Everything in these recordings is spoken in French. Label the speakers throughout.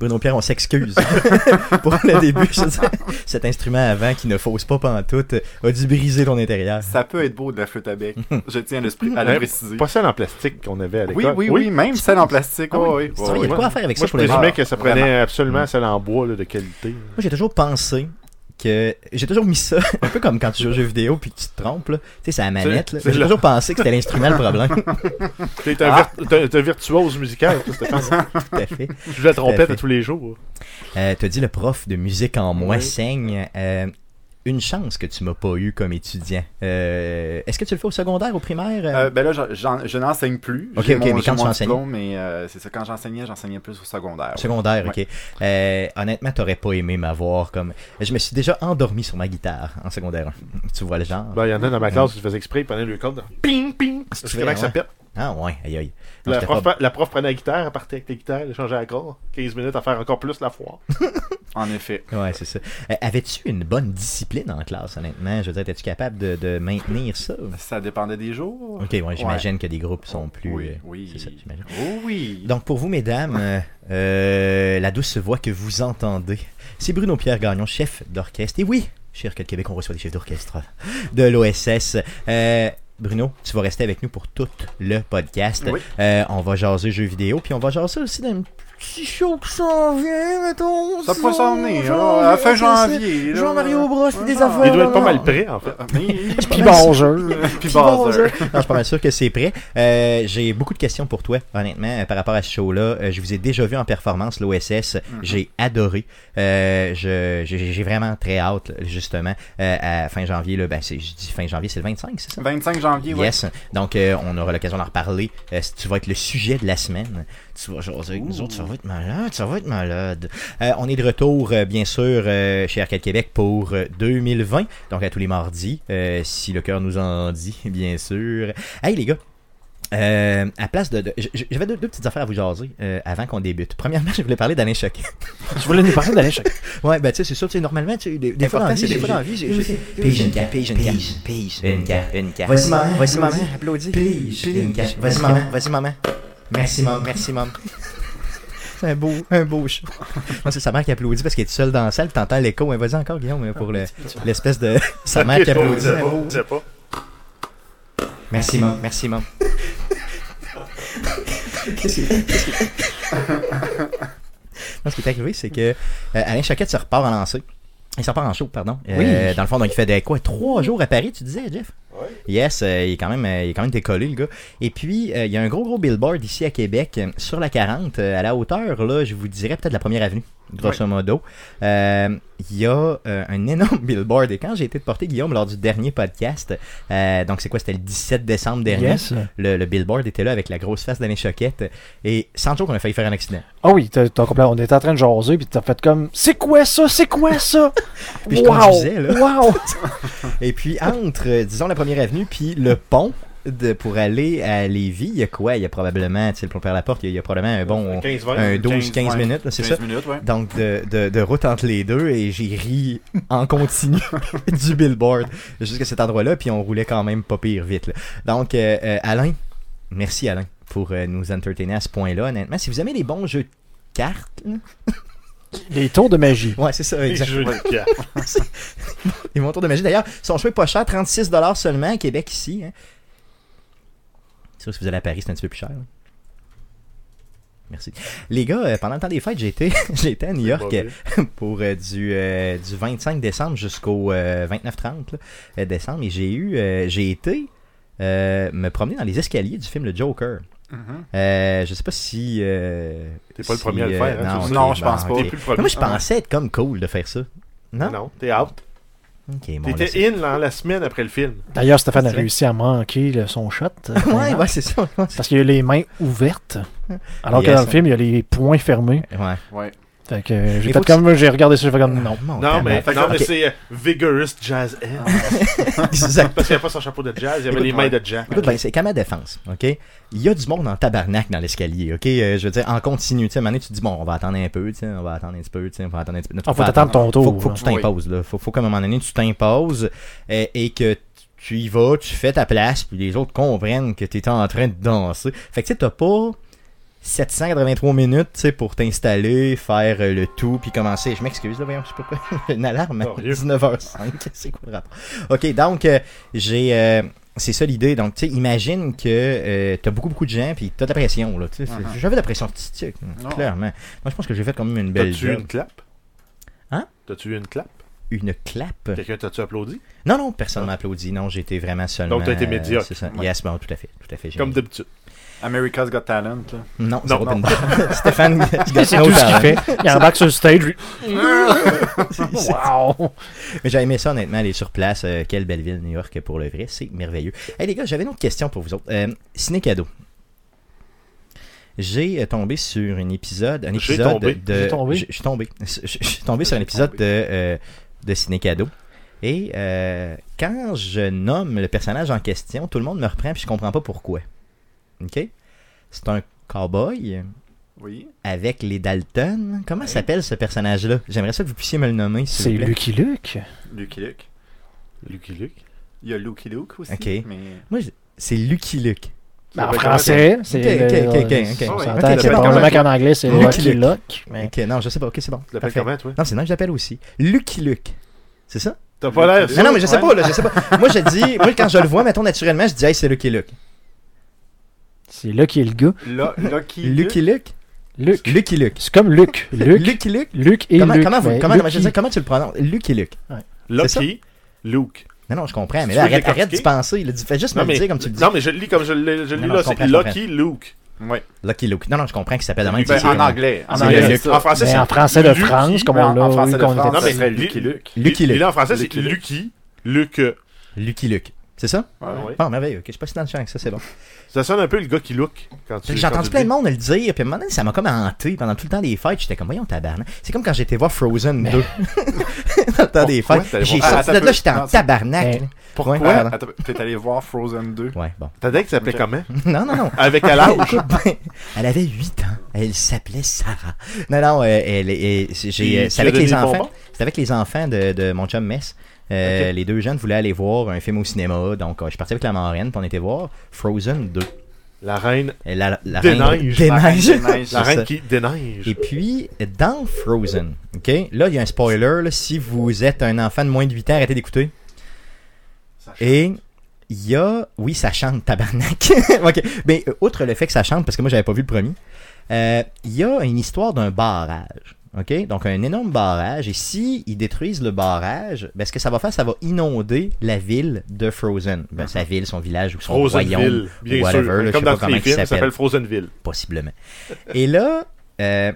Speaker 1: Bruno Pierre, on s'excuse pour le début. je sais. cet instrument avant qui ne fausse pas pantoute a dû briser ton intérieur.
Speaker 2: Ça peut être beau de la flûte à bec. Je tiens à le, spri- à le
Speaker 3: Même
Speaker 2: préciser.
Speaker 3: Pas celle en plastique qu'on avait à
Speaker 2: Oui,
Speaker 3: l'école.
Speaker 2: oui, oui, même celle en plastique.
Speaker 1: Ah oui.
Speaker 2: oui, oui,
Speaker 1: C'est
Speaker 2: oui,
Speaker 1: vrai, il y a de
Speaker 2: oui.
Speaker 1: quoi à faire avec ça
Speaker 3: Moi, je
Speaker 1: pour les gens.
Speaker 2: présume-
Speaker 3: présumais
Speaker 2: gens.
Speaker 3: que ça
Speaker 2: Vraiment.
Speaker 3: prenait absolument celle en bois là, de qualité.
Speaker 1: Moi, j'ai toujours pensé que. J'ai toujours mis ça, un peu comme quand tu joues aux jeux vidéo puis que tu te trompes, là. Tu sais, c'est la manette, là.
Speaker 3: c'est
Speaker 1: Mais J'ai
Speaker 3: là.
Speaker 1: toujours pensé que c'était l'instrument le problème.
Speaker 3: T'es un,
Speaker 2: Ah.
Speaker 3: vir- t'es- t'es un virtuose musical. toi, Stéphane.
Speaker 1: Tout à fait.
Speaker 3: Tu joues la trompette
Speaker 1: fait.
Speaker 3: à tous les jours.
Speaker 1: Euh, T'as dit le prof de musique en moi
Speaker 3: Oui.
Speaker 1: saigne. Euh, une chance que tu m'as pas eu comme étudiant. Euh, Est-ce que tu le fais au secondaire, au primaire
Speaker 2: Euh, ben là, j'en- j'en- je n'enseigne plus.
Speaker 1: Ok,
Speaker 2: J'ai
Speaker 1: ok,
Speaker 2: mon-
Speaker 1: mais
Speaker 2: j'ai
Speaker 1: quand
Speaker 2: mon
Speaker 1: tu enseignais?
Speaker 2: diplôme, mais euh, c'est ça, quand j'enseignais, j'enseignais plus au secondaire. Ah ouais.
Speaker 1: Secondaire, ok. Euh, honnêtement, t'aurais pas aimé m'avoir comme. Je me suis déjà endormi sur ma guitare en secondaire 1. Tu vois le genre.
Speaker 3: Ben, Il y en a dans ma classe qui le faisaient exprès, ils prenaient le corde. Ping, ping.
Speaker 1: Ah. C'est
Speaker 3: Jusqu'à que ça
Speaker 1: vrai,
Speaker 3: pète.
Speaker 1: Ah ouais, aïe aïe. Non,
Speaker 3: La
Speaker 1: j'étais
Speaker 3: prof,
Speaker 1: pas-
Speaker 3: la prof prenait la guitare, elle partait avec la guitare, elle changeait l'accord. 15 minutes à faire encore plus la foire.
Speaker 1: Oh
Speaker 2: En effet.
Speaker 1: Ouais, c'est ça. Euh, Avais-tu une bonne discipline en classe, honnêtement? Je veux dire, es-tu capable de, de maintenir ça?
Speaker 2: Ça dépendait des jours.
Speaker 1: Ok, ouais, j'imagine que des groupes sont plus. euh,
Speaker 2: Oui, oui.
Speaker 1: C'est ça, j'imagine.
Speaker 2: Oh oui.
Speaker 1: Donc, pour vous,
Speaker 2: Ah.
Speaker 1: mesdames, euh, euh, la douce voix que vous entendez, c'est Bruno Pierre Gagnon, chef d'orchestre. Et oui, cher que Québec, on reçoit des chefs d'orchestre de l'OSS. Euh, Bruno, tu vas rester avec nous pour tout le podcast.
Speaker 2: Oui.
Speaker 1: Euh, on va jaser jeux vidéo, puis on va jaser aussi d'un petit show qui s'en vient, mettons.
Speaker 2: Ça
Speaker 1: s'en-
Speaker 2: pourrait s'en venir,
Speaker 1: s'en
Speaker 2: là, à fin
Speaker 1: vient, ça, c'est-
Speaker 2: janvier. là.
Speaker 1: Jean-Mario Bros, puis des
Speaker 2: Ah.
Speaker 1: affaires.
Speaker 3: Il doit
Speaker 1: là,
Speaker 3: être pas
Speaker 1: là.
Speaker 3: mal prêt, en fait.
Speaker 2: Puis
Speaker 1: bon
Speaker 2: jeu. Puis Bowser.
Speaker 1: Non, je suis pas mal sûr que c'est prêt. Euh, j'ai beaucoup de questions pour toi, honnêtement, euh, par rapport à ce show-là. Euh, je vous ai déjà vu en performance, l'OSS. J'ai adoré. Euh, je- j'ai j'ai vraiment très hâte, là, justement, euh, à fin janvier. Là, ben, c'est- je dis fin janvier, c'est le 25, c'est ça?
Speaker 2: 25 janvier, oui.
Speaker 1: Yes. Donc, euh, on aura l'occasion d'en reparler. Euh, si tu vas être le sujet de la semaine. Tu vas jaser avec nous autres. Ça va être malade. Ça va être malade. Euh, on est de retour, euh, bien sûr, euh, chez Arcade Québec pour euh, 2020. Donc, à tous les mardis, euh, si le cœur nous en dit, bien sûr. Hey, les gars. euh, à place de. de- j- j- J'avais deux, deux petites affaires à vous jaser euh, avant qu'on débute. Premièrement, je voulais parler d'Alain Choquet.
Speaker 4: Je voulais nous parler d'aller chercher.
Speaker 1: ouais, ben tu sais, c'est sûr, tu sais, normalement, tu sais, des, des fois dans la vie,
Speaker 4: c'est des
Speaker 1: j'ai-
Speaker 4: fois dans la
Speaker 1: j'ai-
Speaker 4: vie, j'ai-
Speaker 1: j'ai-
Speaker 4: j'ai-
Speaker 1: Pige une cape, pige une cape, pige une cape, une cape. Voici maman, voici maman, applaudis. Pige une cape. Voici maman, voici maman. Merci maman, merci maman. C'est un beau, un beau show. Non, c'est sa mère qui applaudit parce qu'elle est seule dans la salle, puis t'entends l'écho. Hein, Vas-y encore, Guillaume, pour le- l'espèce de. Sa mère qui
Speaker 3: Ok, je
Speaker 1: applaudit.
Speaker 3: sais pas, je sais pas.
Speaker 1: Merci maman, merci maman. Qu'est-ce qui- qu'est-ce qui- Non, ce qui est arrivé, c'est que euh, Alain Chaquette se repart en lancer. Il se repart en show, pardon. Euh, Dans le fond, donc il fait des quoi Trois jours à Paris, tu disais, Jeff Yes, euh, il, est quand même, euh, il est quand même décollé, le gars. Et puis, euh, il y a un gros, gros billboard ici à Québec, euh, sur la 40, euh, à la hauteur, là, je vous dirais peut-être la première avenue, grosso modo. Euh, il y a euh, un énorme billboard. Et quand j'ai été de porter Guillaume lors du dernier podcast, euh, donc c'est quoi C'était le 17 décembre dernier.
Speaker 4: Yes.
Speaker 1: Le, le billboard était là avec la grosse face d'Alain Choquette. Et sans joke, on a failli faire un accident.
Speaker 4: Ah oui, t'as, t'as complet- on était en train de jaser, puis t'as fait comme C'est quoi ça C'est quoi ça
Speaker 1: Puis je conduisais, là.
Speaker 4: Wow
Speaker 1: Et puis entre, euh, disons, la première avenue puis le pont de, pour aller à Lévis, il y a quoi Il y a probablement, tu sais, le pont perd la porte, il y a, il y a probablement un bon
Speaker 3: 15-20.
Speaker 1: un 12-15
Speaker 2: 15,
Speaker 1: minutes, là, c'est ça
Speaker 2: 15 minutes, ouais.
Speaker 1: donc de, de, de route entre les deux et j'ai ri en continu du billboard jusqu'à cet endroit-là puis on roulait quand même pas pire vite là. donc euh, euh, Alain merci Alain pour euh, nous entertainer à ce point-là honnêtement si vous aimez les bons jeux de cartes là-
Speaker 4: Les tours de magie.
Speaker 1: ouais c'est ça
Speaker 3: Les
Speaker 1: exact
Speaker 3: jeux de cartes.
Speaker 1: les montants de magie d'ailleurs sont joués pas cher 36$ seulement à Québec ici hein. c'est sûr que si vous allez à Paris c'est un petit peu plus cher là. Merci. Les gars, euh, pendant le temps des fêtes, j'étais j'étais à New York
Speaker 3: Mauvais.
Speaker 1: pour euh, du, euh, du 25 décembre jusqu'au euh, 29-30 là, euh, décembre et j'ai eu euh, j'ai été euh, me promener dans les escaliers du film Le Joker.
Speaker 2: Mhm.
Speaker 1: Euh, je sais pas si euh,
Speaker 3: T'es pas le
Speaker 1: si,
Speaker 3: premier à le
Speaker 1: euh,
Speaker 3: faire, hein,
Speaker 2: tu
Speaker 1: ok,
Speaker 2: le sais. Non, je pense pas.
Speaker 1: ok.
Speaker 3: T'es plus le premier. Ah
Speaker 1: Non, moi je pensais être comme cool de faire ça. Non,
Speaker 3: Non, non, t'es out.
Speaker 1: Ok, bon, là, c'est-
Speaker 3: T'étais in là, la semaine après le film.
Speaker 4: D'ailleurs, Stéphane a
Speaker 1: C'est vrai.
Speaker 4: réussi à manquer le- son shot. euh,
Speaker 1: Ouais,
Speaker 3: hein?
Speaker 1: ouais, c'est ça. ouais, c'est-
Speaker 4: Parce qu'il a les mains ouvertes. Alors que
Speaker 1: Yes.
Speaker 4: dans le film, il a les poings fermés.
Speaker 1: Ouais.
Speaker 2: Ouais.
Speaker 4: Fait que euh, j'ai
Speaker 1: Mais
Speaker 4: fait
Speaker 1: faut que
Speaker 4: comme j'ai regardé ça, j'ai fait comme non.
Speaker 1: mon
Speaker 3: Non, mais,
Speaker 1: tabarnak.
Speaker 3: non, mais
Speaker 1: Ok,
Speaker 3: c'est euh, Vigorous Jazz Hand.
Speaker 1: exact.
Speaker 3: Parce qu'il n'y avait pas son chapeau de jazz, il y avait
Speaker 1: Écoute,
Speaker 3: les mains de Jack.
Speaker 1: Écoute, ben, c'est qu'à ma défense, OK? Il y a du monde en tabarnak dans l'escalier, OK? Euh, je veux dire, en continu, tu sais, à un moment donné, tu te dis, bon, on va attendre un peu, tu sais, on va attendre un petit peu, tu sais, on va attendre un petit peu. Non, tu
Speaker 4: Ah, faut
Speaker 1: peux pas
Speaker 4: t'attendre ton tour.
Speaker 1: Bah, faut, faut que
Speaker 4: là.
Speaker 1: tu t'imposes. Là. Faut, faut qu'à un moment donné, tu t'imposes euh, et que tu y vas, tu fais ta place, puis les autres comprennent que tu es en train de danser. Fait que tu sais, t'as pas 783 minutes tu sais, pour t'installer, faire euh, le tout, puis commencer. Je m'excuse, là, voyons, je sais pas pourquoi. Une alarme à
Speaker 3: Sérieux?
Speaker 1: 19h05. C'est quoi le rapport? OK, donc, euh, j'ai. euh, c'est ça l'idée. Donc, tu sais, imagine que euh, t'as beaucoup, beaucoup de gens, puis t'as de la pression, là. tu sais.
Speaker 2: Mhm.
Speaker 1: J'avais de la pression artistique,
Speaker 2: Non.
Speaker 1: clairement. Moi, je pense que j'ai fait quand même une belle
Speaker 3: T'as-tu eu
Speaker 1: job.
Speaker 3: une clap?
Speaker 1: Hein? Ben.
Speaker 3: T'as-tu eu une clap?
Speaker 1: une clap.
Speaker 3: Quelqu'un t'as-tu applaudi?
Speaker 1: Non, non, personne m'a applaudi. Non, j'étais vraiment seulement.
Speaker 3: Donc, t'as été
Speaker 1: euh,
Speaker 3: médiocre.
Speaker 1: c'est ça.
Speaker 3: Ouais.
Speaker 1: Yes, bon, tout à fait. Tout à fait. j'ai-
Speaker 3: Comme d'habitude.
Speaker 2: America's Got Talent. là.
Speaker 1: Non,
Speaker 3: Non,
Speaker 1: non,
Speaker 3: non.
Speaker 1: Stéphane, tu gâches
Speaker 4: C'est
Speaker 1: nos
Speaker 4: tout ce
Speaker 1: talents.
Speaker 4: qu'il fait. Il embarque sur le stage. lui. wow!
Speaker 1: Mais j'ai aimé ça, honnêtement, aller sur place. Euh, quelle belle ville, New York, pour le vrai. C'est merveilleux. Hey, les gars, j'avais une autre question pour vous autres. Euh, ciné cadeau. J'ai euh, tombé sur un épisode. Un
Speaker 3: J'ai
Speaker 1: épisode
Speaker 3: tombé.
Speaker 1: de.
Speaker 4: J'ai tombé.
Speaker 1: Je je suis tombé. Je- Je je suis tombé sur un
Speaker 3: J'ai
Speaker 1: épisode
Speaker 3: tombé.
Speaker 1: de, euh, de ciné cadeau. Et euh, quand je nomme le personnage en question, tout le monde me reprend puis je comprends pas pourquoi. OK? C'est un cowboy
Speaker 2: Oui.
Speaker 1: avec les Dalton. Comment s'appelle ce personnage-là? J'aimerais ça que vous puissiez me le nommer. s'il
Speaker 4: C'est
Speaker 1: vous plaît.
Speaker 4: Lucky Luke.
Speaker 2: Lucky Luke.
Speaker 3: Lucky Luke.
Speaker 2: Il y a Lucky Luke aussi.
Speaker 1: Ok.
Speaker 2: Mais...
Speaker 1: Moi, je- c'est Lucky Luke.
Speaker 4: Ben, en
Speaker 3: Ok,
Speaker 4: français, c'est.
Speaker 1: ok,
Speaker 4: le-
Speaker 1: ok, ok,
Speaker 4: on
Speaker 2: ok.
Speaker 4: s'entend
Speaker 2: Ouais,
Speaker 4: que
Speaker 2: ok,
Speaker 4: c'est
Speaker 2: d'accord.
Speaker 4: probablement qu'en anglais, c'est
Speaker 1: Lucky
Speaker 4: Lucky
Speaker 1: Luke.
Speaker 4: Luke. mais-
Speaker 1: Ok, non, je sais pas. Ok, c'est bon.
Speaker 3: Tu l'appelles
Speaker 1: Parfait.
Speaker 3: comment, toi?
Speaker 1: Non, c'est non, je l'appelle aussi. Lucky Luke. C'est ça?
Speaker 3: T'as pas l'air.
Speaker 2: Lucky
Speaker 1: Non,
Speaker 3: sûr,
Speaker 1: non, mais je sais
Speaker 3: ouais.
Speaker 1: pas, là, je sais pas. Moi, je dis, moi, quand je le vois, mettons, naturellement, je dis, hey, c'est Lucky Luke.
Speaker 4: C'est là qui est le gars.
Speaker 2: Lo- Lucky
Speaker 1: Lucky Luke?
Speaker 4: Luke.
Speaker 1: Lucky Luke.
Speaker 4: C'est comme Luke. Luke.
Speaker 1: Lucky Luke?
Speaker 4: Luke et
Speaker 1: Comment,
Speaker 4: Luke.
Speaker 1: comment, vous-
Speaker 4: mais
Speaker 1: comment,
Speaker 4: Lucky-
Speaker 1: je veux dire, comment tu le prononces? Lucky Luke. C'est ça?
Speaker 3: Lucky Luke.
Speaker 1: Non, non, je comprends, mais
Speaker 3: Tu
Speaker 1: là,
Speaker 3: veux
Speaker 1: arrête,
Speaker 3: décortiquer?
Speaker 1: arrête d'y penser. là, dis- fais juste me le dire comme tu le dis.
Speaker 3: non, mais je le lis comme je le je le
Speaker 1: Non,
Speaker 3: lis
Speaker 1: non,
Speaker 3: là.
Speaker 1: je comprends, Ah,
Speaker 3: C'est
Speaker 1: je
Speaker 3: Lucky Luke.
Speaker 2: Ouais.
Speaker 1: Lucky Luke. Non, non, je comprends qu'il s'appelle demain.
Speaker 2: Ben, en anglais. En
Speaker 4: C'est
Speaker 2: anglais.
Speaker 4: Lucky
Speaker 2: c'est
Speaker 1: Luke.
Speaker 2: ça.
Speaker 3: En français,
Speaker 4: Mais
Speaker 3: c'est.
Speaker 4: en français de
Speaker 3: Lucky,
Speaker 4: France, comme
Speaker 2: mais
Speaker 4: on
Speaker 2: en
Speaker 4: l'a
Speaker 2: français
Speaker 4: oui,
Speaker 2: de
Speaker 4: qu'on
Speaker 2: France.
Speaker 4: était
Speaker 3: Non, mais
Speaker 4: dessus.
Speaker 2: c'est
Speaker 3: Lucky
Speaker 2: Lucky Luke.
Speaker 1: Lucky
Speaker 3: Il est
Speaker 1: Luke.
Speaker 3: en français, c'est
Speaker 2: Lucky Luke.
Speaker 3: Lucky Luke. euh,
Speaker 1: Lucky Luke. C'est ça?
Speaker 2: Ouais, ouais.
Speaker 1: Ah, merveilleux. Ok, je suis pas si dans le champ que ça, c'est bon.
Speaker 3: Ça sonne un peu le gars qui look. quand tu-
Speaker 1: J'ai
Speaker 3: quand
Speaker 1: entendu
Speaker 3: tu
Speaker 1: plein de
Speaker 3: dis.
Speaker 1: monde le dire, puis à un moment donné, ça m'a comme hanté pendant tout le temps des fêtes. J'étais comme, voyons, tabarnak. C'est comme quand j'étais voir Frozen 2. Dans le temps des
Speaker 3: Pourquoi
Speaker 1: fêtes.
Speaker 3: t'allais
Speaker 1: J'ai
Speaker 3: voir-
Speaker 1: sorti
Speaker 3: Ah,
Speaker 1: de
Speaker 3: attends
Speaker 1: là,
Speaker 3: un
Speaker 1: j'étais
Speaker 3: peu.
Speaker 1: en
Speaker 3: Non,
Speaker 1: tabarnac.
Speaker 4: c'est-
Speaker 1: là.
Speaker 2: Pourquoi
Speaker 1: Ouais, pardon.
Speaker 2: Attends, T'es allé voir Frozen 2.
Speaker 1: Ouais, bon.
Speaker 3: T'as dit que ça s'appelait
Speaker 2: Ok.
Speaker 3: comment
Speaker 1: Non, non, non.
Speaker 3: Avec quel âge
Speaker 1: Écoute, ben, elle avait 8 ans. Elle s'appelait Sarah. Non, non, euh, elle, elle- j'ai- euh,
Speaker 3: Qui-
Speaker 1: c'est
Speaker 3: qui
Speaker 1: avec
Speaker 3: a donné
Speaker 1: les
Speaker 3: des
Speaker 1: enfants.
Speaker 3: bonbons?
Speaker 1: C'est avec les enfants de, de mon chum Mess. Euh, Les deux jeunes voulaient aller voir un film au cinéma. Donc, euh, je suis parti avec la marraine, puis on était voir Frozen 2.
Speaker 3: La reine.
Speaker 1: Et La, la
Speaker 3: Des
Speaker 1: reine
Speaker 3: neiges.
Speaker 1: des
Speaker 2: La reine
Speaker 1: neiges.
Speaker 2: des neiges.
Speaker 3: La
Speaker 1: C'est ça.
Speaker 3: reine qui
Speaker 1: Et
Speaker 3: déneige.
Speaker 1: puis, dans Frozen, OK? Là, il y a un spoiler. là, si vous êtes un enfant de moins de 8 ans, arrêtez d'écouter.
Speaker 2: Ça chante.
Speaker 1: Et il y a... Oui, ça chante, tabarnak. OK. Mais euh, outre le fait que ça chante, parce que moi, j'avais pas vu le premier, euh, il y a une histoire d'un barrage. OK? Donc, un énorme barrage. Et si ils détruisent le barrage, ben, ce que ça va faire, ça va inonder la ville de Frozen. Ben, sa ville, son village ou son royaume.
Speaker 3: Ah. Frozenville. Bien
Speaker 1: whatever,
Speaker 3: sûr.
Speaker 1: là, je sais
Speaker 3: Comme
Speaker 1: pas
Speaker 3: dans tous
Speaker 1: comment
Speaker 3: les
Speaker 1: il
Speaker 3: films, ça
Speaker 1: s'appelle
Speaker 3: s'appelle Frozenville.
Speaker 1: possiblement. Et là, euh,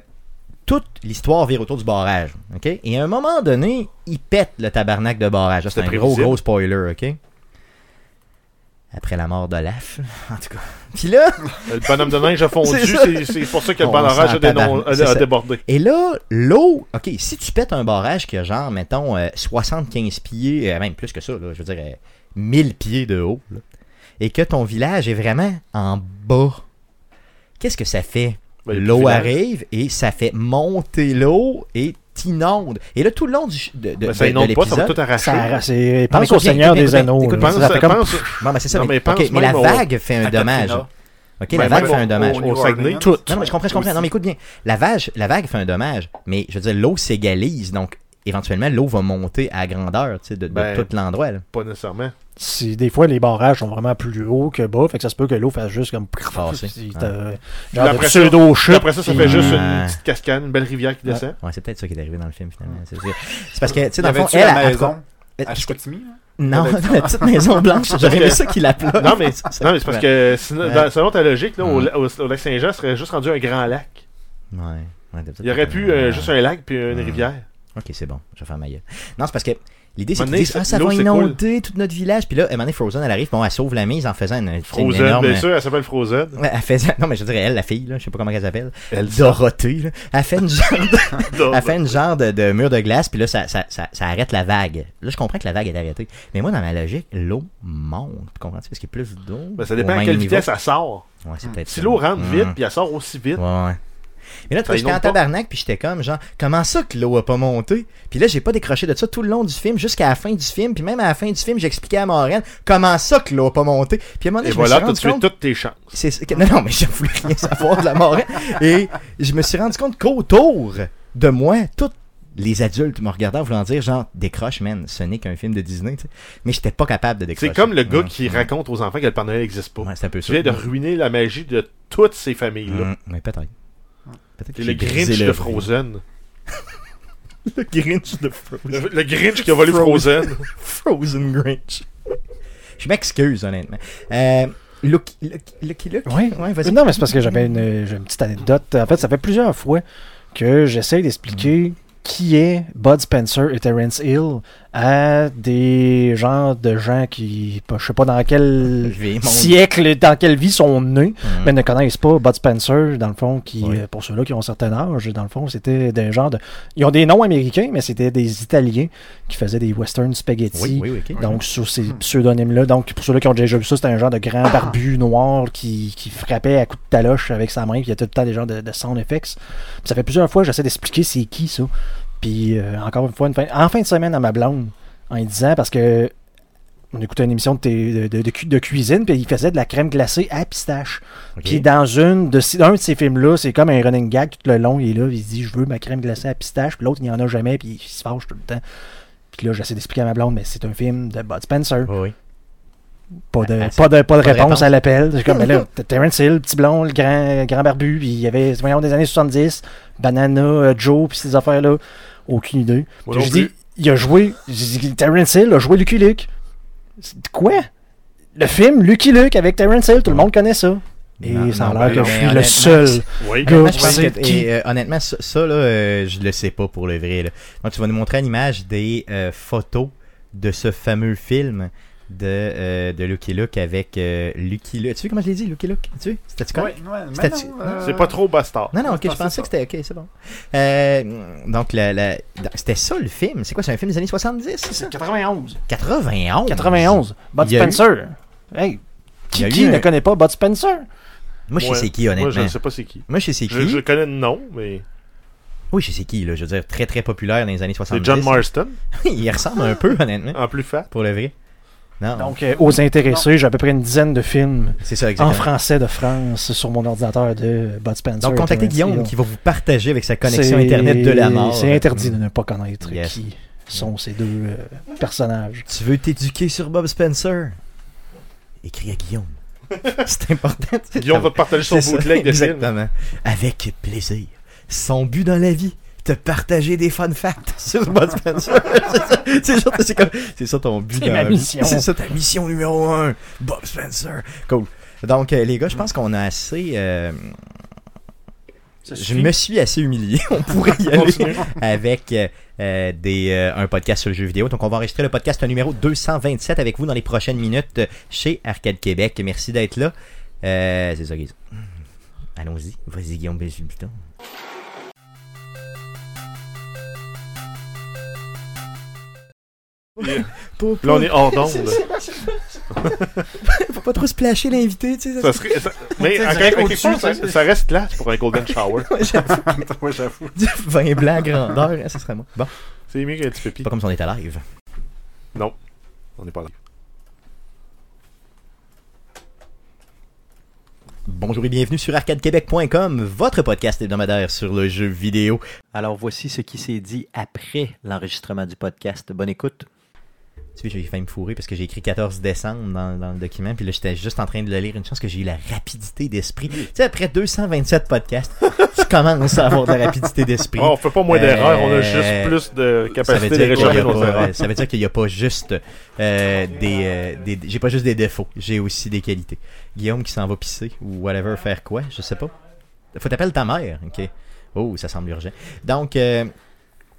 Speaker 1: toute l'histoire vire autour du barrage. ok Et à un moment donné, il pète le tabarnak de barrage. Ça, C'est un
Speaker 3: C'était
Speaker 1: gros,
Speaker 3: prévisible.
Speaker 1: gros spoiler, OK? Après la mort d'Olaf, en tout cas. Puis là,
Speaker 3: Le bonhomme de neige a fondu,
Speaker 1: C'est ça.
Speaker 3: c'est c'est pour ça que
Speaker 1: On
Speaker 3: le barrage
Speaker 1: s'en
Speaker 3: a, dénon-
Speaker 1: tabarne,
Speaker 3: a-
Speaker 1: c'est
Speaker 3: a
Speaker 1: ça.
Speaker 3: débordé.
Speaker 1: et là, l'eau, OK, si tu pètes un barrage qui a genre, mettons, euh, 75 pieds, euh, même plus que ça, là, je veux dire, euh, 1000 pieds de haut, là, et que ton village est vraiment en bas, qu'est-ce que ça fait?
Speaker 3: Ben, il y a plus
Speaker 1: l'eau
Speaker 3: de village.
Speaker 1: arrive et ça fait monter l'eau et t'inonde. Et là, tout le long du, ch- de, de,
Speaker 3: Ben, ça
Speaker 1: de- de
Speaker 3: inonde pas, ça va
Speaker 1: l'épisode...
Speaker 3: tout arracher.
Speaker 4: Ça- c'est-
Speaker 1: mais
Speaker 4: Pense
Speaker 1: écoute
Speaker 4: au
Speaker 1: bien,
Speaker 4: Seigneur
Speaker 1: écoute
Speaker 4: des
Speaker 1: bien,
Speaker 4: Anneaux.
Speaker 1: écoute,
Speaker 4: là.
Speaker 3: pense,
Speaker 4: Ça fait comme-
Speaker 3: pense-
Speaker 1: Non, mais c'est ça.
Speaker 3: Non,
Speaker 1: mais,
Speaker 3: mais pense
Speaker 1: ok, mais
Speaker 3: même
Speaker 1: la
Speaker 3: au-
Speaker 1: vague fait un
Speaker 2: à
Speaker 1: dommage.
Speaker 2: Katrina.
Speaker 1: OK, la
Speaker 3: Ben,
Speaker 1: vague
Speaker 3: même
Speaker 1: fait un
Speaker 3: au-
Speaker 1: dommage.
Speaker 3: au-
Speaker 2: New
Speaker 3: au Saguenay,
Speaker 2: Orleans.
Speaker 3: tout.
Speaker 1: Non, mais je comprends, je comprends. Non, mais écoute bien. La vague, la vague fait un dommage, mais je veux dire, l'eau s'égalise, donc éventuellement, l'eau va monter à grandeur tu sais, de, de
Speaker 3: Ben,
Speaker 1: tout l'endroit. là.
Speaker 3: Pas nécessairement.
Speaker 4: si- Des fois, les barrages sont vraiment plus hauts que bas, fait que ça se peut que l'eau fasse juste comme.
Speaker 1: Passer.
Speaker 4: si
Speaker 1: Ouais.
Speaker 4: t'as-
Speaker 3: après
Speaker 4: Genre de
Speaker 3: ça- Puis
Speaker 4: pseudo-chute.
Speaker 3: après ça, ça
Speaker 4: puis-
Speaker 3: fait juste
Speaker 1: Ouais.
Speaker 3: une petite cascade, une belle rivière qui descend.
Speaker 1: Ouais, c'est peut-être ça qui est arrivé dans le film, finalement. C'est c'est- c'est parce que, tu sais,
Speaker 2: Y
Speaker 1: dans le fond,
Speaker 2: avait-tu
Speaker 1: elle...
Speaker 2: la
Speaker 1: elle-
Speaker 2: maison
Speaker 1: elle-
Speaker 2: à Chicoutimi, là?
Speaker 1: non, la petite maison blanche, j'aurais aimé ça qu'il l'appelait.
Speaker 3: Non, mais, non, mais c'est parce que sinon,
Speaker 1: Ouais.
Speaker 3: dans- selon ta logique, là, au,
Speaker 1: Ouais.
Speaker 3: au- au lac Saint-Jean serait juste rendu un grand lac.
Speaker 1: Ouais. ouais, t'as peut-être
Speaker 3: Il y aurait
Speaker 1: pas-
Speaker 3: pu euh, juste un lac puis une
Speaker 1: Ouais.
Speaker 3: rivière.
Speaker 1: Ok, c'est bon, je vais faire ma gueule. Non, c'est parce que L'idée, c'est
Speaker 3: Un
Speaker 1: qu'ils
Speaker 3: moment donné,
Speaker 1: disent, ah, ça
Speaker 3: l'eau
Speaker 1: va
Speaker 3: s'écoule.
Speaker 1: inonder tout notre village. Puis là, à un moment donné, Frozen, elle arrive, bon, elle sauve la mise en faisant une, une
Speaker 3: Frozen,
Speaker 1: énorme.
Speaker 3: bien sûr, elle s'appelle Frozen.
Speaker 1: Ouais, Elle faisait, non, mais je dirais elle, la fille, là, je sais pas comment elle s'appelle. Dorothée, là. Elle fait une genre de, elle fait une genre de, de mur de glace, puis là, ça, ça, ça, ça arrête la vague. Là, je comprends que la vague est arrêtée. Mais moi, dans ma logique, l'eau monte. Comprends-tu? Parce qu'il y a plus d'eau.
Speaker 3: Ben, ça dépend
Speaker 1: au
Speaker 3: à
Speaker 1: même
Speaker 3: quelle
Speaker 1: niveau.
Speaker 3: vitesse elle sort.
Speaker 1: Ouais, c'est peut-être
Speaker 3: Si
Speaker 1: ça.
Speaker 3: l'eau rentre
Speaker 1: Mm.
Speaker 3: vite, puis elle sort aussi vite.
Speaker 1: Ouais, ouais. Mais là, tu vois,
Speaker 3: Ça
Speaker 1: j'étais en
Speaker 3: inonde pas.
Speaker 1: tabarnak, puis j'étais comme, genre, comment ça que l'eau a pas monté? Puis là, j'ai pas décroché de ça tout le long du film, jusqu'à la fin du film, puis même à la fin du film, j'expliquais à Morane comment ça que l'eau a pas monté. Puis à un moment donné,
Speaker 3: Et
Speaker 1: je
Speaker 3: voilà,
Speaker 1: me suis
Speaker 3: t'as
Speaker 1: rendu
Speaker 3: tué
Speaker 1: compte...
Speaker 3: toutes tes chances.
Speaker 1: C'est ça que- Non, non, mais je voulais rien savoir de la Morin. Et je me suis rendu compte qu'autour de moi, tous les adultes me regardaient en voulant dire genre décroche man ce n'est qu'un film de Disney tu sais. mais j'étais pas capable de décrocher
Speaker 3: C'est comme le gars
Speaker 1: Mm,
Speaker 3: qui
Speaker 1: mm.
Speaker 3: raconte aux enfants que le Père Noël n'existe pas.
Speaker 1: ouais, c'est un peu
Speaker 3: Tu
Speaker 1: ça
Speaker 3: viens de ruiner la magie de toutes ces familles-là.
Speaker 1: Mm, mais peut-être peut-être
Speaker 3: T'es
Speaker 1: que
Speaker 3: le
Speaker 1: j'ai brisé
Speaker 3: Grinch
Speaker 1: le
Speaker 3: de
Speaker 1: vrai.
Speaker 3: Frozen.
Speaker 1: le Grinch de Frozen
Speaker 3: Le, le Grinch qui a volé
Speaker 1: Frozen.
Speaker 3: Frozen.
Speaker 1: Frozen Grinch je m'excuse honnêtement euh, Lucky Lucky Lucky Luke
Speaker 4: Oui.
Speaker 1: ouais vas-y
Speaker 4: euh, Non, mais c'est parce que j'avais une, j'ai une petite anecdote. En fait, ça fait plusieurs fois que j'essaie
Speaker 3: Mm.
Speaker 4: d'expliquer qui est Bud Spencer et Terence Hill à des genres de gens qui, je sais pas dans quel
Speaker 1: Je vais mon-
Speaker 4: siècle, dans quelle vie sont nés,
Speaker 1: Mm.
Speaker 4: mais ne connaissent pas Bud Spencer, dans le fond, qui,
Speaker 1: Oui.
Speaker 4: euh, pour ceux-là qui ont un certain âge, dans le fond, c'était des genres de... Ils ont des noms américains, mais c'était des Italiens qui faisaient des western spaghetti,
Speaker 1: oui oui Mm. oui ok.
Speaker 4: donc, sous ces pseudonymes-là. Donc, pour ceux-là qui ont déjà vu ça, c'était un genre de grand barbu noir qui, qui frappait à coups de taloche avec sa main. Puis il y a tout le temps des genres de, de sound effects. Puis ça fait plusieurs fois que j'essaie d'expliquer c'est qui ça. Puis, euh, encore une fois, une fin- en fin de semaine à ma blonde, en lui disant, parce que on écoutait une émission de, té- de, de- de cu- de cuisine, puis il faisait de la crème glacée à pistache.
Speaker 1: Ok.
Speaker 4: Puis dans une de, ces- un de ces films-là, c'est comme un running gag tout le long. Il est là, il dit Je veux ma crème glacée à pistache. Puis l'autre, il n'y en a jamais, puis il se fâche tout le temps. Puis là, j'essaie d'expliquer à ma blonde, mais c'est un film de Bud Spencer.
Speaker 1: Oui, oui.
Speaker 4: Pas de,
Speaker 1: Ah,
Speaker 4: pas de, pas de réponse,
Speaker 1: réponse.
Speaker 4: à l'appel. C'est comme, mais là, t- Terrence Hill, le petit blond, le grand, grand barbu, puis il y avait, voyons, des années 70, Banana, euh, Joe, puis ces affaires-là. Aucune idée.
Speaker 3: Moi
Speaker 4: Puis
Speaker 3: non
Speaker 4: je dis,
Speaker 3: plus.
Speaker 4: il a joué, je dis, Terrence Hill a joué Lucky Luke. C'est- Quoi? Le film Lucky Luke avec Terrence Hill, tout le monde connaît ça. Et
Speaker 1: Non,
Speaker 4: ça a
Speaker 1: non,
Speaker 4: l'air
Speaker 1: ben,
Speaker 4: que je
Speaker 1: mais
Speaker 4: suis le
Speaker 1: honnêtement,
Speaker 4: seul
Speaker 3: Oui.
Speaker 4: gars
Speaker 1: Honnêtement,
Speaker 4: qui
Speaker 1: je pense
Speaker 4: sait
Speaker 1: que-
Speaker 4: qui.
Speaker 1: et, euh, honnêtement, ça, ça, là, euh, je le sais pas pour le vrai. Là. Moi, tu vas nous montrer à l'image des euh, photos de ce fameux film de, euh, de Lucky Luke avec euh, Lucky Luke. Tu sais comment je l'ai dit, Lucky Luke Tu sais C'était-tu correct? C'était-tu-
Speaker 3: C'est pas trop bastard.
Speaker 1: Non, non,
Speaker 2: Je
Speaker 1: ok, je
Speaker 2: pensais
Speaker 1: pensais
Speaker 2: ça.
Speaker 1: que c'était ok, c'est bon. Euh, donc, la, la- c'était ça le film. C'est quoi C'est un film des années 70, c'est ça
Speaker 2: 91.
Speaker 1: 91.
Speaker 4: 91, Bud
Speaker 1: Il y a eu-
Speaker 4: Spencer.
Speaker 1: Il
Speaker 4: Hey,
Speaker 1: y
Speaker 4: qui,
Speaker 1: a eu
Speaker 4: qui ne
Speaker 1: un-
Speaker 4: connaît pas Bud Spencer?
Speaker 1: Moi, je sais
Speaker 3: Ouais.
Speaker 1: c'est qui,
Speaker 3: Moi, je
Speaker 1: honnêtement.
Speaker 3: ne sais pas c'est qui.
Speaker 1: Moi, je sais c'est
Speaker 3: Je,
Speaker 1: qui.
Speaker 3: je connais le nom, mais.
Speaker 1: Oui, je sais c'est qui, là. Je veux dire, très, très populaire dans les années 70.
Speaker 3: C'est John Marston,
Speaker 1: Il ressemble un peu, honnêtement.
Speaker 3: en plus fat.
Speaker 1: Pour le vrai. Non.
Speaker 4: Donc, euh, aux intéressés, j'ai à peu près une dizaine de films
Speaker 1: c'est ça, exactement.
Speaker 4: en français de France sur mon ordinateur de Bud Spencer.
Speaker 1: Donc, contactez
Speaker 4: Terrence
Speaker 1: Guillaume
Speaker 4: Hill.
Speaker 1: qui va vous partager avec sa connexion
Speaker 4: C'est-
Speaker 1: Internet de la mort.
Speaker 4: C'est interdit de ne pas connaître
Speaker 1: Yes.
Speaker 4: qui sont ces deux euh, personnages.
Speaker 1: Tu veux t'éduquer sur Bob Spencer Écris à Guillaume. c'est important.
Speaker 3: Guillaume va te partager son
Speaker 1: C'est ça,
Speaker 3: bootleg de film.
Speaker 1: Exactement. Avec plaisir. Son but dans la vie te partager des fun facts sur Bud Spencer. c'est ça, c'est ça, c'est comme- c'est ça ton but
Speaker 4: C'est
Speaker 1: dans
Speaker 4: ma
Speaker 1: la vie.
Speaker 4: mission.
Speaker 1: C'est ça ta mission numéro un. Bob Spencer. Cool. Donc, euh, les gars, je pense qu'on a assez. euh, je me suis assez humilié. On pourrait y aller
Speaker 3: Continue.
Speaker 1: avec euh, euh, des, euh, un podcast sur le jeu vidéo. Donc, on va enregistrer le podcast numéro 227 avec vous dans les prochaines minutes euh, chez Arcade Québec. Merci d'être là. Euh, c'est ça, Guillaume. Allons-y. Vas-y, Guillaume, baisse le bouton.
Speaker 3: Là, on est hors d'onde.
Speaker 1: Faut pas trop se placher l'invité, tu sais.
Speaker 3: Ça serait- ça- Mais
Speaker 2: Ça
Speaker 3: en
Speaker 2: serait
Speaker 3: quelque
Speaker 2: au-dessus,
Speaker 3: part, ça,
Speaker 2: ça.
Speaker 3: ça reste classe pour un Golden Shower.
Speaker 2: Ouais, j'avoue.
Speaker 1: Du vin blanc à grandeur, hein, ça serait moi. Bon,
Speaker 3: C'est mieux qu'un petit pépi.
Speaker 1: pas comme si on était live.
Speaker 3: On n'est pas là.
Speaker 1: Bonjour et bienvenue sur arcadequebec.com, votre podcast hebdomadaire sur le jeu vidéo.
Speaker 5: Alors voici ce qui s'est dit après l'enregistrement du podcast. Bonne écoute.
Speaker 1: Tu sais, j'ai failli me fourrer parce que j'ai écrit 14 décembre dans, dans le document, puis là, j'étais juste en train de le lire. Une chance que j'ai eu la rapidité d'esprit. Tu sais, après 227 podcasts, tu commences à avoir de la rapidité d'esprit.
Speaker 3: Ah, on fait pas moins d'erreurs, on a
Speaker 1: Euh,
Speaker 3: juste plus
Speaker 1: Ça
Speaker 3: de
Speaker 1: veut
Speaker 3: capacité de
Speaker 1: dire qu'il y
Speaker 3: réchauffer
Speaker 1: a
Speaker 3: nos
Speaker 1: pas-
Speaker 3: erreurs.
Speaker 1: ça veut dire qu'il n'y a pas juste euh, des, euh, des- J'ai pas juste des défauts, j'ai aussi des qualités. Guillaume qui s'en va pisser ou whatever, faire quoi, je sais pas. Faut t'appeler ta mère, ok. Oh, ça semble urgent. Donc, euh,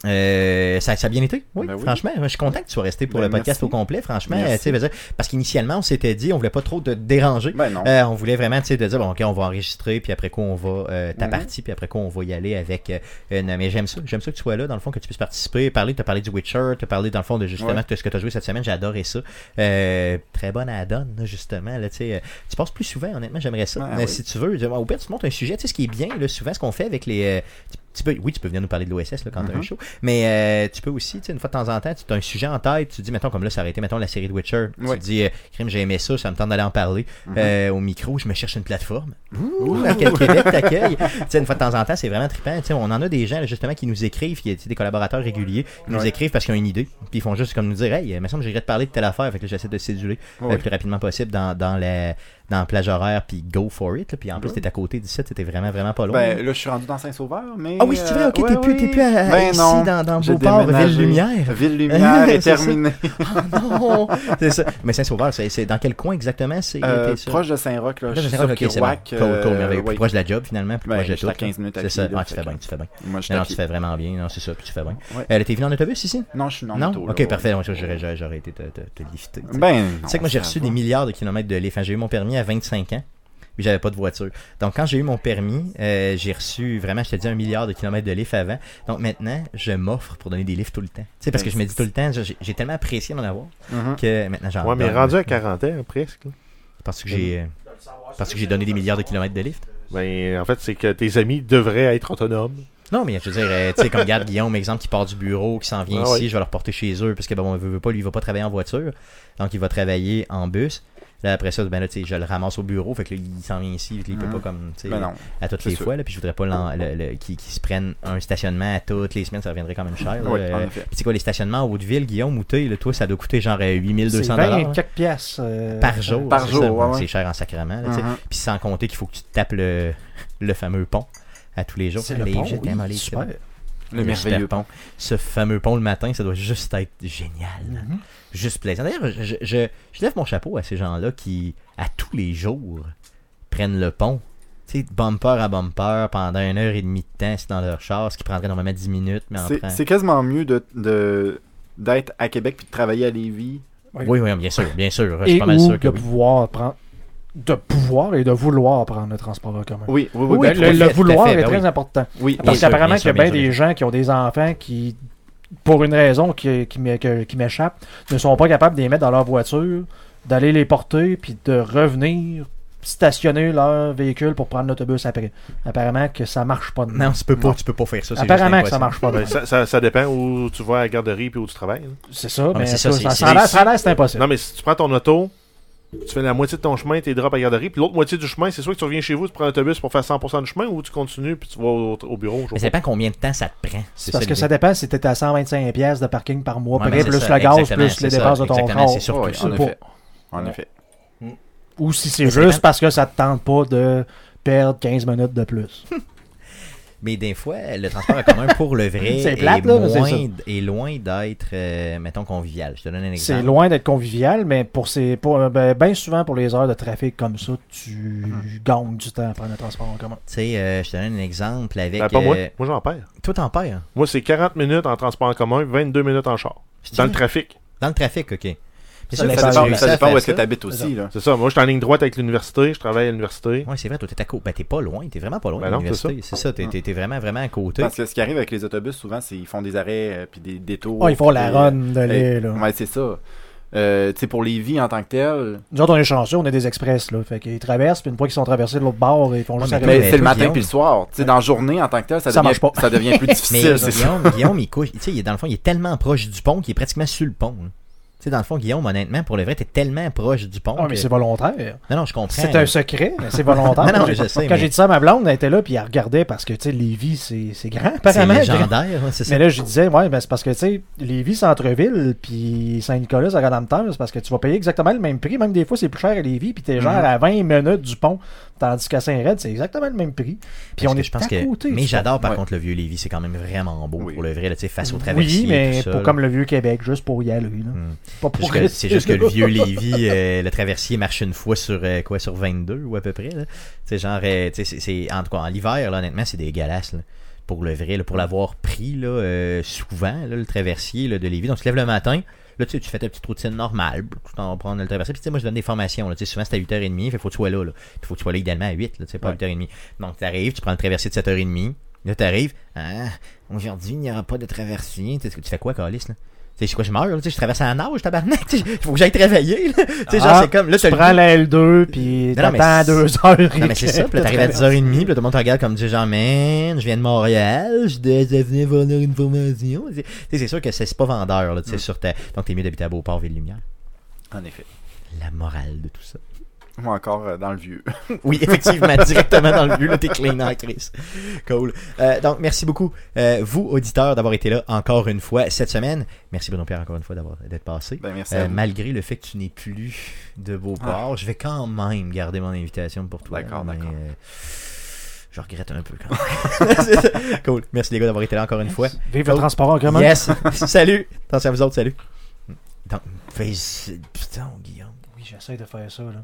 Speaker 1: Euh, ça, ça a bien été, oui,
Speaker 2: Ben oui.
Speaker 1: franchement. Je suis content que tu sois resté pour
Speaker 2: Ben,
Speaker 1: le podcast
Speaker 2: merci.
Speaker 1: au complet, franchement.
Speaker 2: Merci.
Speaker 1: Euh, tu sais, veux dire, Parce qu'initialement, on s'était dit, on voulait pas trop te déranger.
Speaker 2: Ben non.
Speaker 1: Euh, on voulait vraiment tu sais, te dire, bon, OK, on va enregistrer, puis après quoi, on va euh,
Speaker 2: Mhm.
Speaker 1: ta partie, puis après quoi, on va y aller avec euh, une. Mais j'aime ça, j'aime ça que tu sois là, dans le fond, que tu puisses participer, parler, te parler du Witcher, te parler, dans le fond, de justement
Speaker 2: Ouais.
Speaker 1: de ce que tu as joué cette semaine. J'ai adoré ça. Euh, très bonne add-on, là, justement. Là, tu sais, euh, tu passes plus souvent, honnêtement, j'aimerais ça.
Speaker 2: Ah,
Speaker 1: Mais
Speaker 2: oui.
Speaker 1: Si tu veux, au pire, tu te montres un sujet, tu sais, ce qui est bien, là, souvent, ce qu'on fait avec les. euh, tu- tu peux- oui, tu peux venir nous parler de l'OSS là, quand
Speaker 2: Mhm.
Speaker 1: t'as un show, mais euh, tu peux aussi, tu sais, une fois de temps en temps, tu as un sujet en tête, tu te dis, mettons, comme là, ça aurait été, mettons, la série de Witcher. Tu
Speaker 2: Ouais.
Speaker 1: te dis, euh, crime, j'ai aimé ça, ça me tente d'aller en parler.
Speaker 2: Mhm.
Speaker 1: Euh, au micro, je me cherche une plateforme. Ouh, à quel Québec t'accueille. tu sais, une fois de temps en temps, c'est vraiment trippant. Tu sais, on en a des gens, là, justement, qui nous écrivent, qui tu sais, des collaborateurs réguliers, qui nous
Speaker 2: Ouais.
Speaker 1: écrivent parce qu'ils ont une idée, puis ils font juste comme nous dire, hey, euh, il me semble que j'irais te parler de telle affaire, fait que là, j'essaie de séduler euh, le
Speaker 2: Ouais.
Speaker 1: plus rapidement possible dans, dans la dans la plage horaire, puis go for it. là. Puis en plus, t'es à côté d'ici, t'étais vraiment, vraiment pas loin.
Speaker 2: Ben là, je suis rendu dans Saint-Sauveur, mais.
Speaker 1: Ah oui, c'est vrai, ok,
Speaker 2: euh,
Speaker 1: t'es
Speaker 2: ouais,
Speaker 1: plus- t'es
Speaker 2: oui.
Speaker 1: plus à- à-
Speaker 2: Ben
Speaker 1: ici,
Speaker 2: non,
Speaker 1: dans- dans
Speaker 2: j'ai
Speaker 1: Beauport,
Speaker 2: déménagé.
Speaker 1: Ville-Lumière.
Speaker 2: Ville-Lumière est
Speaker 1: C'est ça.
Speaker 2: terminée.
Speaker 1: Ah non! c'est ça. Mais Saint-Sauveur, c'est c'est dans quel coin exactement? C'est
Speaker 2: Euh,
Speaker 1: t'es sur-
Speaker 2: proche de Saint-Roch, là.
Speaker 1: Là,
Speaker 2: Je
Speaker 1: je
Speaker 2: suis
Speaker 1: sais
Speaker 2: sur
Speaker 1: pas, Ah, ok, c'est bon.
Speaker 2: Kirouac,
Speaker 1: Cool, cool,
Speaker 2: euh,
Speaker 1: merveilleux. Plus
Speaker 2: ouais.
Speaker 1: proche de la job, finalement, plus
Speaker 2: Ben,
Speaker 1: proche de
Speaker 2: j'étais
Speaker 1: tout.
Speaker 2: à 15 minutes à
Speaker 1: C'est ça.
Speaker 2: pied, là,
Speaker 1: Ah, tu
Speaker 2: fait
Speaker 1: fais
Speaker 2: que-
Speaker 1: bien, tu fais bien.
Speaker 2: Moi, je suis
Speaker 1: Non, non,
Speaker 2: à
Speaker 1: tu
Speaker 2: pied.
Speaker 1: fais vraiment bien. Non, c'est ça, puis tu fais bien.
Speaker 2: Ouais.
Speaker 1: Euh, T'es venu en autobus ici?
Speaker 2: Non, je suis en
Speaker 1: non?
Speaker 2: auto, là,
Speaker 1: ok,
Speaker 2: ouais.
Speaker 1: parfait. Donc, ça, j'aurais- J'aurais j'aurais été te, te, te lifter. tu sais.
Speaker 2: Ben.
Speaker 1: Tu sais que moi, j'ai reçu des milliards de kilomètres de lait. Enfin, j'ai eu mon permis à 25 ans, puis j'avais pas de voiture. Donc, quand j'ai eu mon permis, euh, j'ai reçu vraiment, je te dis, un milliard de kilomètres de lifts avant. Donc, maintenant, je m'offre pour donner des lifts tout le temps. Tu sais, parce que je me dis tout le temps, j'ai j'ai tellement apprécié d'en avoir
Speaker 2: Mhm.
Speaker 1: que maintenant, j'en
Speaker 3: Ouais, mais
Speaker 1: donne.
Speaker 3: rendu à quarantaine, presque. là.
Speaker 1: Parce que j'ai. euh, Parce que j'ai donné des milliards de kilomètres de lifts.
Speaker 3: Ben, en fait, c'est que tes amis devraient être autonomes.
Speaker 1: Non, mais je veux dire, euh, tu sais, comme regarde Guillaume, exemple, qui part du bureau, qui s'en vient
Speaker 3: Ah
Speaker 1: ici,
Speaker 3: oui.
Speaker 1: je vais le reporter chez eux, parce que, bon, il veut, veut pas, lui, il va pas travailler en voiture. Donc, il va travailler en bus. Là, après ça, ben là, tu sais, je le ramasse au bureau, fait que là, il s'en vient ici, fait que là, il peut
Speaker 2: Mhm.
Speaker 1: pas comme, tu sais,
Speaker 2: Ben non.
Speaker 1: à toutes
Speaker 2: C'est
Speaker 1: les
Speaker 2: sûr.
Speaker 1: fois, là, puis je voudrais pas l'en- le- le- qu'ils qu'ils se prennent un stationnement à toutes les semaines, ça reviendrait quand même cher. là.
Speaker 2: Oui,
Speaker 1: Euh,
Speaker 2: en effet.
Speaker 1: puis c'est quoi, les stationnements à Haute-Ville, Guillaume, ou t'es, là, toi, ça doit coûter genre euh, 8200
Speaker 4: C'est
Speaker 1: dollars
Speaker 4: 24 piastres. euh,
Speaker 1: par jour.
Speaker 2: Par
Speaker 1: c'est
Speaker 2: jour,
Speaker 1: ça.
Speaker 2: ouais, ouais.
Speaker 1: C'est cher en sacrement, là, tu sais.
Speaker 2: Mhm.
Speaker 1: Puis sans compter qu'il faut que tu te tapes le, le fameux pont à tous les jours.
Speaker 4: C'est le
Speaker 1: Les-
Speaker 4: pont,
Speaker 1: je
Speaker 4: oui,
Speaker 1: t'aime, les-
Speaker 4: super.
Speaker 2: Le merveilleux
Speaker 1: super
Speaker 2: pont.
Speaker 1: Ce fameux pont le matin, ça doit juste être génial.
Speaker 4: Mhm.
Speaker 1: Juste plaisant. D'ailleurs, je, je, je- je lève mon chapeau à ces gens-là qui, à tous les jours, prennent le pont. Tu sais, bumper à bumper, pendant une heure et demie de temps, c'est dans leur char, ce qui prendrait normalement 10 minutes, mais en
Speaker 2: C'est-
Speaker 1: prend-
Speaker 2: C'est quasiment mieux de- de d'être à Québec puis de travailler à Lévis.
Speaker 1: Oui, oui, bien sûr, bien sûr. Je suis
Speaker 4: Et
Speaker 1: pas mal
Speaker 4: ou
Speaker 1: sûr que
Speaker 4: de
Speaker 1: oui.
Speaker 4: pouvoir prendre. De pouvoir et de vouloir prendre le transport en commun.
Speaker 2: Oui, oui, oui.
Speaker 4: Oui,
Speaker 2: ben,
Speaker 4: le,
Speaker 1: tout à
Speaker 4: le
Speaker 1: fait,
Speaker 4: vouloir
Speaker 1: tout à fait,
Speaker 4: est
Speaker 1: ben
Speaker 4: très
Speaker 1: oui.
Speaker 4: important.
Speaker 2: Oui,
Speaker 1: Bien
Speaker 4: Parce
Speaker 1: sûr,
Speaker 4: qu'apparemment,
Speaker 1: bien
Speaker 4: qu'il y
Speaker 1: sûr,
Speaker 4: a
Speaker 1: bien
Speaker 4: bien
Speaker 1: sûr, bien
Speaker 4: des gens qui ont des enfants qui, pour une raison qui, qui, m'é- que- qui m'échappe, ne sont pas capables de les mettre dans leur voiture, d'aller les porter, puis de revenir stationner leur véhicule pour prendre l'autobus après. Apparemment que ça marche pas. de même.
Speaker 1: Non, tu peux pas, tu peux pas faire ça. c'est
Speaker 4: Apparemment
Speaker 1: juste
Speaker 4: que ça
Speaker 1: impossible.
Speaker 4: marche pas. de
Speaker 3: Ben,
Speaker 4: même.
Speaker 3: ça, ça- ça dépend où tu vas à la garderie puis où tu travailles. là.
Speaker 4: C'est ça, mais,
Speaker 1: mais c'est
Speaker 4: ça,
Speaker 1: ça,
Speaker 4: ça,
Speaker 1: c'est-
Speaker 4: ça a l'air- ça a l'air, c'est
Speaker 3: Non,
Speaker 4: impossible.
Speaker 3: mais si tu prends ton auto, tu fais la moitié de ton chemin, t'es drop à la garderie, puis l'autre moitié du chemin, c'est soit que tu reviens chez vous, tu prends l'autobus pour faire 100% du chemin, ou tu continues puis tu vas au, au bureau. je
Speaker 1: Mais
Speaker 3: sais
Speaker 1: ça
Speaker 3: pas.
Speaker 1: dépend combien de temps ça te prend. C'est
Speaker 4: Parce que ça
Speaker 1: l'idée.
Speaker 4: dépend si t'es à 125$ piastres de parking par mois,
Speaker 1: Ouais,
Speaker 4: près,
Speaker 1: mais c'est
Speaker 4: plus
Speaker 1: ça,
Speaker 4: le gaz,
Speaker 1: exactement,
Speaker 4: plus
Speaker 1: c'est
Speaker 4: les
Speaker 1: ça,
Speaker 4: dépenses de ton
Speaker 1: exactement,
Speaker 4: corps.
Speaker 1: c'est surtout
Speaker 2: oui,
Speaker 1: ça.
Speaker 2: en
Speaker 4: Pour-
Speaker 2: effet. En effet.
Speaker 4: Ou si c'est
Speaker 1: Mais ça
Speaker 4: juste
Speaker 1: dépend-
Speaker 4: parce que ça te tente pas de perdre 15 minutes de plus.
Speaker 1: Mais des fois, le transport en commun, pour le vrai,
Speaker 4: C'est
Speaker 1: est,
Speaker 4: plate, là, mais c'est
Speaker 1: loin, est loin d'être, euh, mettons, convivial. Je te donne un exemple.
Speaker 4: C'est loin d'être convivial, mais pour ces, pour, euh, ben, ben souvent pour les heures de trafic comme ça, tu gagnes du temps à prendre le transport en commun.
Speaker 1: Tu sais, euh, je te donne un exemple avec.
Speaker 3: Ben, pas moi.
Speaker 1: euh,
Speaker 3: Moi, j'en perds.
Speaker 1: Toi, t'en perds. hein?
Speaker 3: Moi, c'est 40 minutes en transport en commun, 22 minutes en char. Dans le trafic.
Speaker 1: Dans le trafic, ok. Mais
Speaker 4: Ça
Speaker 1: quand tu
Speaker 4: dépend-
Speaker 2: Ça dépend,
Speaker 1: réussis
Speaker 2: ça
Speaker 1: à
Speaker 2: dépend
Speaker 1: faire
Speaker 2: où est-ce que
Speaker 1: ça-
Speaker 2: tu habites aussi. Là.
Speaker 3: C'est ça. Moi, je suis en ligne droite avec l'université, je travaille à l'université.
Speaker 1: Ouais, c'est vrai, toi, t'es à côté. Ben, t'es pas loin, t'es vraiment pas loin
Speaker 3: Ben
Speaker 1: de
Speaker 3: non,
Speaker 1: l'université. C'est ça, t'es- t'es t'es vraiment, vraiment à côté.
Speaker 2: Parce que ce qui arrive avec les autobus, souvent, c'est qu'ils font des arrêts euh, puis des détours.
Speaker 1: Oh,
Speaker 4: Ah, ils font
Speaker 2: puis
Speaker 4: la
Speaker 2: des-
Speaker 4: run de lait,
Speaker 2: Hey,
Speaker 4: là.
Speaker 2: Ouais, c'est ça. Euh, tu sais, pour les vies en tant que telles,
Speaker 4: Nous autres, on est chanceux, on est des express, là. Fait qu'ils traversent, puis une fois qu'ils sont traversés de l'autre bord, ils font juste
Speaker 1: mais
Speaker 4: arrêter.
Speaker 2: mais
Speaker 1: mais
Speaker 2: c'est le
Speaker 1: toi,
Speaker 2: matin
Speaker 1: Guillaume-
Speaker 2: puis le soir. Tu sais, dans la journée en tant que telle, ça,
Speaker 4: Ça
Speaker 2: devient,
Speaker 4: marche pas.
Speaker 2: ça devient plus
Speaker 1: Mais
Speaker 2: difficile. c'est ça.
Speaker 1: Guillaume, Guillaume, il couche. Tu sais, il est dans le fond, il est tellement proche du pont qu'il est pratiquement sur le pont. là. Tu sais, dans le fond, Guillaume, honnêtement, pour le vrai, t'es tellement proche du pont.
Speaker 4: Ah, mais
Speaker 1: que-
Speaker 4: c'est volontaire.
Speaker 1: Non, non, je comprends.
Speaker 4: C'est un secret, mais c'est volontaire.
Speaker 1: Non, non,
Speaker 4: Quand
Speaker 1: je
Speaker 4: j'ai-
Speaker 1: sais,
Speaker 4: Quand
Speaker 1: mais-
Speaker 4: j'ai dit ça à ma blonde, elle était là, puis elle regardait parce que, tu sais, Lévis, c'est c'est grand,
Speaker 1: C'est
Speaker 4: apparemment.
Speaker 1: légendaire, ouais, c'est ça.
Speaker 4: Mais là, je disais, ouais, ben, c'est parce que, tu sais, Lévis, centre-ville, puis Saint-Nicolas, ça regarde en même temps, c'est parce que tu vas payer exactement le même prix. Même des fois, c'est plus cher à Lévis, puis t'es genre
Speaker 1: Mhm.
Speaker 4: à 20 minutes du pont. Tandis qu'à Saint-Red, c'est exactement le même prix. Puis
Speaker 1: Parce
Speaker 4: on
Speaker 1: que
Speaker 4: est
Speaker 1: je pense
Speaker 4: à
Speaker 1: que-
Speaker 4: côté.
Speaker 1: Mais
Speaker 4: tu
Speaker 1: j'adore par
Speaker 2: Ouais.
Speaker 1: contre le vieux Lévis, c'est quand même vraiment beau
Speaker 2: Oui.
Speaker 1: pour le vrai, là, tu sais, face au
Speaker 4: vois.
Speaker 1: traversier.
Speaker 4: Oui, mais
Speaker 1: tout ça,
Speaker 4: pour
Speaker 1: là.
Speaker 4: comme le vieux Québec, juste pour y aller, là.
Speaker 1: Hmm.
Speaker 4: Pas
Speaker 1: C'est juste
Speaker 4: pour
Speaker 1: que-
Speaker 4: rester
Speaker 1: C'est juste que
Speaker 4: là.
Speaker 1: le vieux Lévis, euh, le traversier marche une fois sur euh, quoi sur 22 ou à peu près. là. Tu sais, genre, euh, tu sais, c'est- c'est- en tout cas, en l'hiver, là, honnêtement, c'est dégueulasse. là. pour le vrai, là, pour l'avoir pris là, euh, souvent, là, le traversier là, de Lévis. Donc, tu te lèves le matin, là, tu, sais, tu fais ta petite routine normale, tu t'en prends le traversier. Puis, tu sais, moi, je donne des formations. Là, tu sais, souvent, c'est à 8h30, il faut que tu sois là. Il faut que tu sois là idéalement à 8, là, tu sais, pas à 8h30. Donc, tu arrives, tu prends le traversier de 7h30, là, tu arrives, ah, aujourd'hui, il n'y aura pas de traversier. Tu, sais, tu fais quoi, Calis, là? Tu sais, c'est quoi, je meurs, là, tu sais, je traverse à la nage, tabarnak, tu sais, faut que j'aille travailler, là. Tu sais, genre,
Speaker 4: Ah,
Speaker 1: c'est comme, là,
Speaker 4: Tu
Speaker 1: tu le Euh,
Speaker 4: prends la L2, puis
Speaker 1: Non, non, mais
Speaker 4: t'attends à
Speaker 1: c'est-
Speaker 4: deux heures.
Speaker 1: non, mais c'est ça, puis là, t'arrives à 10h30, puis là, tout le monde te regarde comme du genre, man, je viens de Montréal, je de- je venais vendre une formation. Tu sais, c'est sûr que c'est c'est pas vendeur,
Speaker 4: Mm.
Speaker 1: là, tu sais, sur ta... Donc, t'es mieux d'habiter à Beauport, Ville-Lumière.
Speaker 2: En effet.
Speaker 1: La morale de tout ça.
Speaker 2: Moi encore euh, dans le vieux.
Speaker 1: Oui, effectivement, directement dans le but, là, t'es clean en crise. Cool. Euh, donc, merci beaucoup, euh, vous, auditeurs, d'avoir été là encore une fois cette semaine. Merci, Bruno Pierre, encore une fois, d'avoir d'être passé.
Speaker 2: Ben, merci
Speaker 1: Euh,
Speaker 2: à vous.
Speaker 1: malgré le fait que tu n'es plus de Beauport, je vais quand même garder mon invitation pour toi.
Speaker 2: Ah. D'accord,
Speaker 1: mais,
Speaker 2: d'accord.
Speaker 1: euh, je regrette un peu quand même. cool. Merci les gars d'avoir été là encore une fois.
Speaker 4: Vive le transport en commun.
Speaker 1: Yes. salut. Attention à vous autres. Salut. Donc, fais- Putain, Guillaume.
Speaker 4: Oui, j'essaie de faire ça, là.